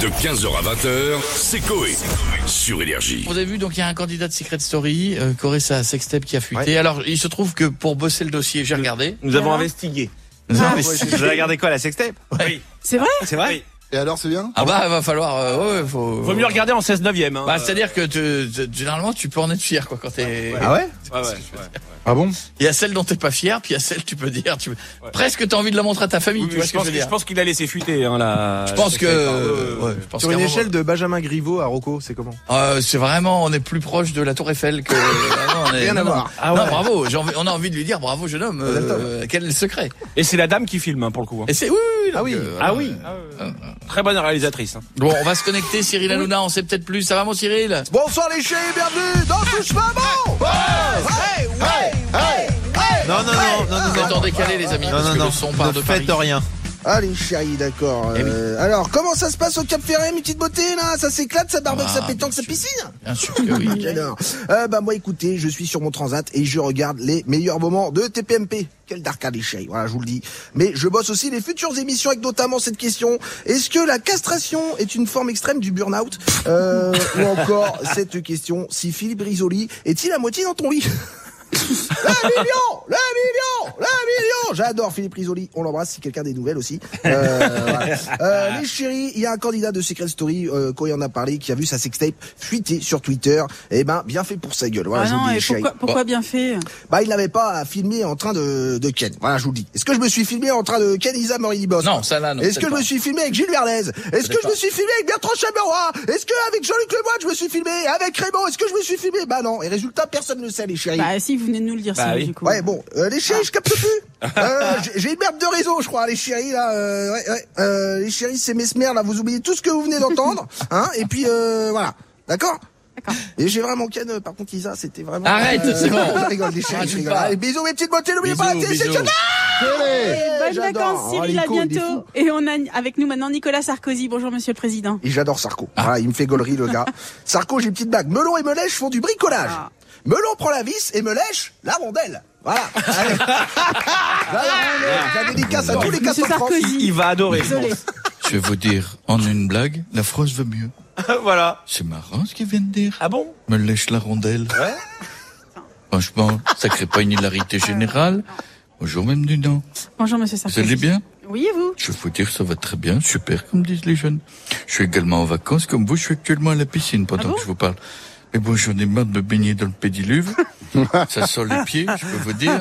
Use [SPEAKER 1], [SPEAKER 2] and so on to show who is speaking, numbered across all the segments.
[SPEAKER 1] De 15h à 20h, c'est Coé. Sur Énergie.
[SPEAKER 2] Vous avez vu, donc il y a un candidat de Secret Story, euh, Coressa Sextep, qui a fuité. Alors, il se trouve que pour bosser le dossier, j'ai regardé.
[SPEAKER 3] Nous avons investigué.
[SPEAKER 2] Nous avons-
[SPEAKER 3] Ah. Vous avez regardé quoi, la sextape Oui.
[SPEAKER 4] C'est vrai
[SPEAKER 3] C'est vrai
[SPEAKER 5] Et alors, c'est bien
[SPEAKER 2] Ah bah, il va falloir... euh, ouais, faut...
[SPEAKER 3] Vaut mieux regarder en 16 neuvième. Hein.
[SPEAKER 2] Bah, c'est-à-dire que tu- tu- généralement, tu peux en être fier, quoi, quand t'es...
[SPEAKER 5] Ah ouais
[SPEAKER 3] Ouais, ouais, ouais.
[SPEAKER 5] Ah bon
[SPEAKER 2] Il y a celle dont t'es pas fier, puis il y a celle tu peux dire... Tu... Presque t'as envie de la montrer à ta famille,
[SPEAKER 3] Oui,
[SPEAKER 2] tu
[SPEAKER 3] oui,
[SPEAKER 2] vois
[SPEAKER 3] je,
[SPEAKER 2] ce que je
[SPEAKER 3] pense
[SPEAKER 2] veux
[SPEAKER 3] que- je
[SPEAKER 2] dire
[SPEAKER 3] pense qu'il a laissé fuiter hein, la.
[SPEAKER 2] Je pense que...
[SPEAKER 3] Euh,
[SPEAKER 2] ouais, je pense
[SPEAKER 5] Sur
[SPEAKER 2] qu'à
[SPEAKER 5] une
[SPEAKER 2] un
[SPEAKER 5] échelle de Benjamin Griveaux à Rocco, c'est comment
[SPEAKER 2] moment- Euh, c'est vraiment, on est plus proche de la Tour Eiffel que... Vraiment, on est-
[SPEAKER 5] Rien à
[SPEAKER 2] non, non.
[SPEAKER 5] voir. Ah
[SPEAKER 2] Non, bravo, j'ai envie- on a envie de lui dire bravo jeune homme, euh, quel secret.
[SPEAKER 3] Et c'est la dame qui filme hein, pour le coup. hein.
[SPEAKER 2] Et c'est... Oui, oui,
[SPEAKER 5] Ah
[SPEAKER 2] donc,
[SPEAKER 5] oui.
[SPEAKER 2] euh,
[SPEAKER 3] Ah oui. Très bonne réalisatrice. hein.
[SPEAKER 2] Bon, on va se connecter, Cyril Hanouna, on sait peut-être plus. Ça va, mon Cyril
[SPEAKER 5] Bonsoir les chers, bienvenue dans Touche pas bon Ouais, ouais, ouais.
[SPEAKER 6] Non, non, non, non,
[SPEAKER 2] Vous
[SPEAKER 6] Ah, non,
[SPEAKER 2] êtes en décalé, les amis,
[SPEAKER 6] non,
[SPEAKER 2] parce
[SPEAKER 6] non,
[SPEAKER 2] que
[SPEAKER 6] non,
[SPEAKER 2] le son part
[SPEAKER 6] ne
[SPEAKER 2] de Paris.
[SPEAKER 6] faites rien.
[SPEAKER 5] Allez chérie, d'accord.
[SPEAKER 2] Eh oui.
[SPEAKER 5] Euh, alors, comment ça se passe au Cap Ferret, mes petites beautés là Ça s'éclate, ça barbec,
[SPEAKER 2] Ah,
[SPEAKER 5] ça
[SPEAKER 2] bien
[SPEAKER 5] pétanque, ça
[SPEAKER 2] sûr.
[SPEAKER 5] piscine Ah,
[SPEAKER 2] Bien sûr que oui.
[SPEAKER 5] J'adore. Euh, bah moi, écoutez, je suis sur mon transat et je regarde les meilleurs moments de TPMP. Quel dark les chéris, voilà, je vous le dis. Mais je bosse aussi les futures émissions avec notamment cette question est-ce que la castration est une forme extrême du burn-out Euh, Ou encore cette question si Philippe Risoli est-il à moitié dans ton lit le million Le million Le million J'adore Philippe Risoli. On l'embrasse si quelqu'un a des nouvelles aussi. Euh, voilà. Euh, les chéris, il y a un candidat de Secret Story, euh, quand il en a parlé, qui a vu sa sextape fuiter sur Twitter. Eh ben, bien fait pour sa gueule. Voilà,
[SPEAKER 4] Ah
[SPEAKER 5] je vous
[SPEAKER 4] non,
[SPEAKER 5] le
[SPEAKER 4] et
[SPEAKER 5] dis, les chéris.
[SPEAKER 4] pourquoi, pourquoi bien fait
[SPEAKER 5] Bah, il n'avait pas à filmer en train de, de Ken. Voilà, je vous le dis. Est-ce que je me suis filmé en train de Ken Isa Morini Boss
[SPEAKER 2] Non, ça là, non.
[SPEAKER 5] Est-ce
[SPEAKER 2] peut-être
[SPEAKER 5] que je me
[SPEAKER 2] pas.
[SPEAKER 5] suis filmé avec Gilles Verlaise Est-ce que je
[SPEAKER 2] pas.
[SPEAKER 5] me suis filmé avec Bertrand Chameroy Est-ce que avec Jean-Luc Lemoyne je me suis filmé Avec Raymond, est-ce que je me suis filmé Bah non. Et résultat, personne ne le sait, les chéris.
[SPEAKER 4] Bah si, vous venez de nous le dire,
[SPEAKER 3] Bah
[SPEAKER 4] ça,
[SPEAKER 3] oui.
[SPEAKER 4] du coup.
[SPEAKER 5] Ouais, bon, euh, les
[SPEAKER 2] Ah.
[SPEAKER 5] chéris, je capte plus. Euh, j'ai- J'ai une merde de réseau, je crois, les chéris, là. euh, ouais, ouais. Euh, les chéris, c'est Mesmer, là. Vous oubliez tout ce que vous venez d'entendre. Hein, et puis, euh, voilà. D'accord et j'ai vraiment Ken, euh, par contre Isa, c'était vraiment... euh,
[SPEAKER 2] Arrête, c'est bon.
[SPEAKER 5] Je rigole, les chéris,
[SPEAKER 2] Arrête
[SPEAKER 5] je rigole.
[SPEAKER 2] pas.
[SPEAKER 5] Allez, bisous mes petites beautés, n'oubliez pas la
[SPEAKER 2] Bisous,
[SPEAKER 5] télé, c'est
[SPEAKER 2] bisous.
[SPEAKER 5] Channel Télé,
[SPEAKER 4] Bonnes
[SPEAKER 5] j'adore.
[SPEAKER 4] vacances, Cyril, à
[SPEAKER 5] Oh, Nico, il est fou.
[SPEAKER 4] bientôt. Et on a avec nous maintenant Nicolas Sarkozy. Bonjour, monsieur le président.
[SPEAKER 5] Et j'adore Sarko.
[SPEAKER 4] Ah.
[SPEAKER 5] Voilà, il me fait gaulerie, le gars. Sarko, j'ai une petite bague. Melon et Melèche font du bricolage.
[SPEAKER 4] Ah.
[SPEAKER 5] Melon prend la vis et Melèche la rondelle. Voilà. Allez. Voilà, la dédicace à tous les quatre
[SPEAKER 4] Monsieur Sarkozy.
[SPEAKER 3] Il, il va adorer. je
[SPEAKER 4] Désolé.
[SPEAKER 2] Je vais vous dire, en une blague, la France va mieux.
[SPEAKER 3] pense. voilà.
[SPEAKER 2] C'est marrant ce qu'ils viennent de dire.
[SPEAKER 3] Ah bon
[SPEAKER 2] Me lèche la rondelle.
[SPEAKER 3] Ouais.
[SPEAKER 2] Franchement, ça crée pas une hilarité générale. Bonjour même du nom.
[SPEAKER 4] Bonjour, monsieur
[SPEAKER 2] Vous
[SPEAKER 4] Sarkozy.
[SPEAKER 2] allez bien
[SPEAKER 4] Oui, et vous
[SPEAKER 2] Je vais vous dire, ça va très bien, super, comme disent les jeunes. Je suis également en vacances, comme vous, je suis actuellement à la piscine pendant
[SPEAKER 4] Ah bon
[SPEAKER 2] que je vous parle. Mais bon, j'en ai marre de me baigner dans le pédiluve. ça sort les pieds, je peux vous dire.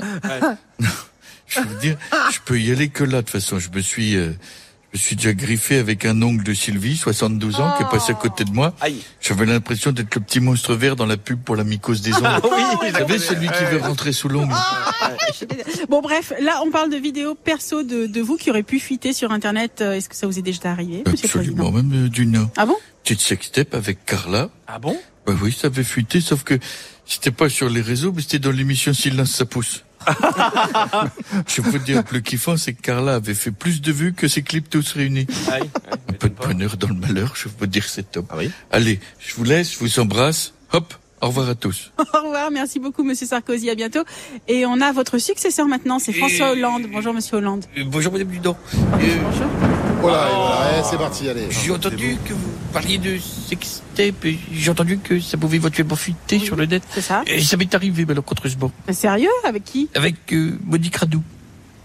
[SPEAKER 2] je peux vous dire, je peux y aller que là, de toute façon. Je me suis, euh, je me suis déjà griffé avec un ongle de Sylvie, 72 ans, qui est passé à côté de moi.
[SPEAKER 3] Aïe.
[SPEAKER 2] J'avais l'impression d'être le petit monstre vert dans la pub pour la mycose des ongles.
[SPEAKER 3] oui, oui,
[SPEAKER 2] Vous savez, celui qui veut rentrer sous l'ongle.
[SPEAKER 4] Ah, Bon, bref, là, on parle de vidéos perso de, de vous qui auraient pu fuiter sur Internet. Euh, Est-ce que ça vous est déjà arrivé, monsieur le
[SPEAKER 2] Absolument,
[SPEAKER 4] président
[SPEAKER 2] même euh, du Nord.
[SPEAKER 4] Ah bon
[SPEAKER 2] Petite sextape avec Carla.
[SPEAKER 3] Ah bon
[SPEAKER 2] Bah oui, ça avait fuité, sauf que c'était pas sur les réseaux, mais c'était dans l'émission Silence ça pousse. Je peux te dire que le kiffant, c'est que Carla avait fait plus de vues que ses clips tous réunis.
[SPEAKER 3] Aïe.
[SPEAKER 2] Un peu de bonheur dans le malheur, je peux dire cet homme.
[SPEAKER 3] Ah oui
[SPEAKER 2] Allez, je vous laisse, je vous embrasse. Hop, au revoir à tous.
[SPEAKER 4] Au revoir, merci beaucoup, monsieur Sarkozy, à bientôt. Et on a votre successeur maintenant, c'est François Hollande. Bonjour, monsieur Hollande.
[SPEAKER 2] Euh, bonjour, madame Dudon. Euh,
[SPEAKER 4] Bonjour.
[SPEAKER 7] Voilà, et voilà, eh, c'est parti, allez.
[SPEAKER 2] j'ai entendu que vous parliez de sextape, j'ai entendu que ça pouvait éventuellement fuiter
[SPEAKER 4] sur le
[SPEAKER 2] net.
[SPEAKER 4] C'est ça
[SPEAKER 2] Et ça m'est arrivé, malheureusement,
[SPEAKER 4] Euh, Sérieux Avec qui
[SPEAKER 2] avec Monique Radou.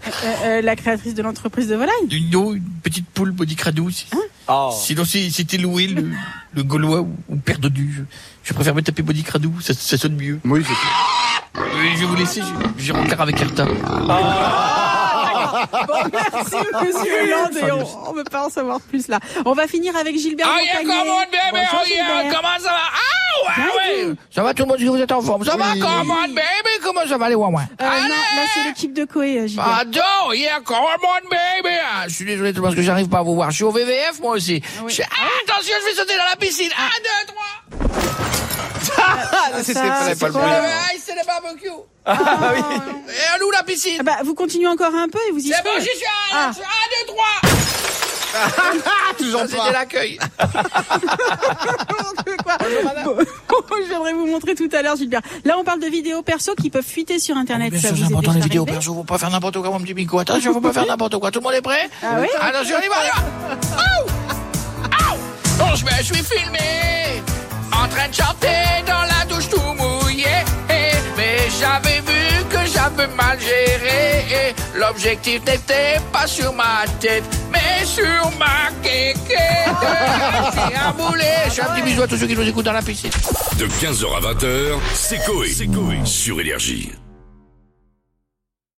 [SPEAKER 4] Euh, euh, La créatrice de l'entreprise de volaille
[SPEAKER 2] Une, une petite poule, Monique Radou.
[SPEAKER 4] Hein
[SPEAKER 3] Oh.
[SPEAKER 2] Sinon, si- c'était loué le, le Gaulois ou, ou Père Dodu. Je, je préfère me taper Monique Radou, ça, ça sonne mieux.
[SPEAKER 7] Oui, c'est
[SPEAKER 2] Euh, je vais vous laisser, j'ai- j'ai rencard avec Erta.
[SPEAKER 4] Ah, Bon, merci monsieur Hollande et on, on veut pas en savoir plus là. On va finir avec Gilbert
[SPEAKER 2] Ah,
[SPEAKER 4] Montagnier. Bonjour, Gilbert.
[SPEAKER 2] comment ça va Ah,
[SPEAKER 4] Bien et vous
[SPEAKER 2] Ça va tout le monde, si vous êtes en forme. Ça va, comment on, baby, comment ça va les Wawins
[SPEAKER 4] Euh, non, là c'est l'équipe de Coé, euh, Gilbert.
[SPEAKER 2] Pardon, yeah, come on, baby. Ah, je suis désolé, parce que j'arrive pas à vous voir. Je suis au VVF, moi aussi. Je suis- Ah, attention, je vais sauter dans la piscine. Un, deux, trois.
[SPEAKER 4] Ça,
[SPEAKER 3] pas
[SPEAKER 4] c'est
[SPEAKER 3] le
[SPEAKER 4] quoi,
[SPEAKER 3] bruit.
[SPEAKER 4] là
[SPEAKER 2] Ah, c'est le barbecue.
[SPEAKER 4] Ah,
[SPEAKER 2] Et on loue la
[SPEAKER 4] ah,
[SPEAKER 2] piscine.
[SPEAKER 4] bah, vous continuez encore un peu et vous y
[SPEAKER 2] C'est bon,
[SPEAKER 4] serez.
[SPEAKER 2] j'y suis.
[SPEAKER 4] Ah.
[SPEAKER 2] Un, deux, trois.
[SPEAKER 7] toujours
[SPEAKER 2] Ça, Ah, C'était l'accueil.
[SPEAKER 4] Quoi Bon, J'aimerais vous montrer tout à l'heure, Gilbert. Là, on parle de vidéos perso qui peuvent fuiter sur Internet.
[SPEAKER 2] Oh, Bien
[SPEAKER 4] ça
[SPEAKER 2] sûr,
[SPEAKER 4] vous
[SPEAKER 2] c'est
[SPEAKER 4] est
[SPEAKER 2] important
[SPEAKER 4] déjà
[SPEAKER 2] les vidéos
[SPEAKER 4] arrivé
[SPEAKER 2] perso. Faut pas faire n'importe quoi, mon petit Mico. Ah Attention, faut pas faire n'importe quoi. Tout le monde est prêt
[SPEAKER 4] Ah oui
[SPEAKER 2] Attention, on y va, on y va. Aouh Aouh
[SPEAKER 6] Oh, je suis filmé en train de chanter dans la douche tout mouillé. Mais j'avais vu que j'avais mal géré. L'objectif n'était pas sur ma tête, mais sur ma kéké. C'est un boulet. Je fais un petit bisou à tous ceux qui nous écoutent dans la piscine.
[SPEAKER 1] De 15h à 20h, c'est Coé. Sur Énergie.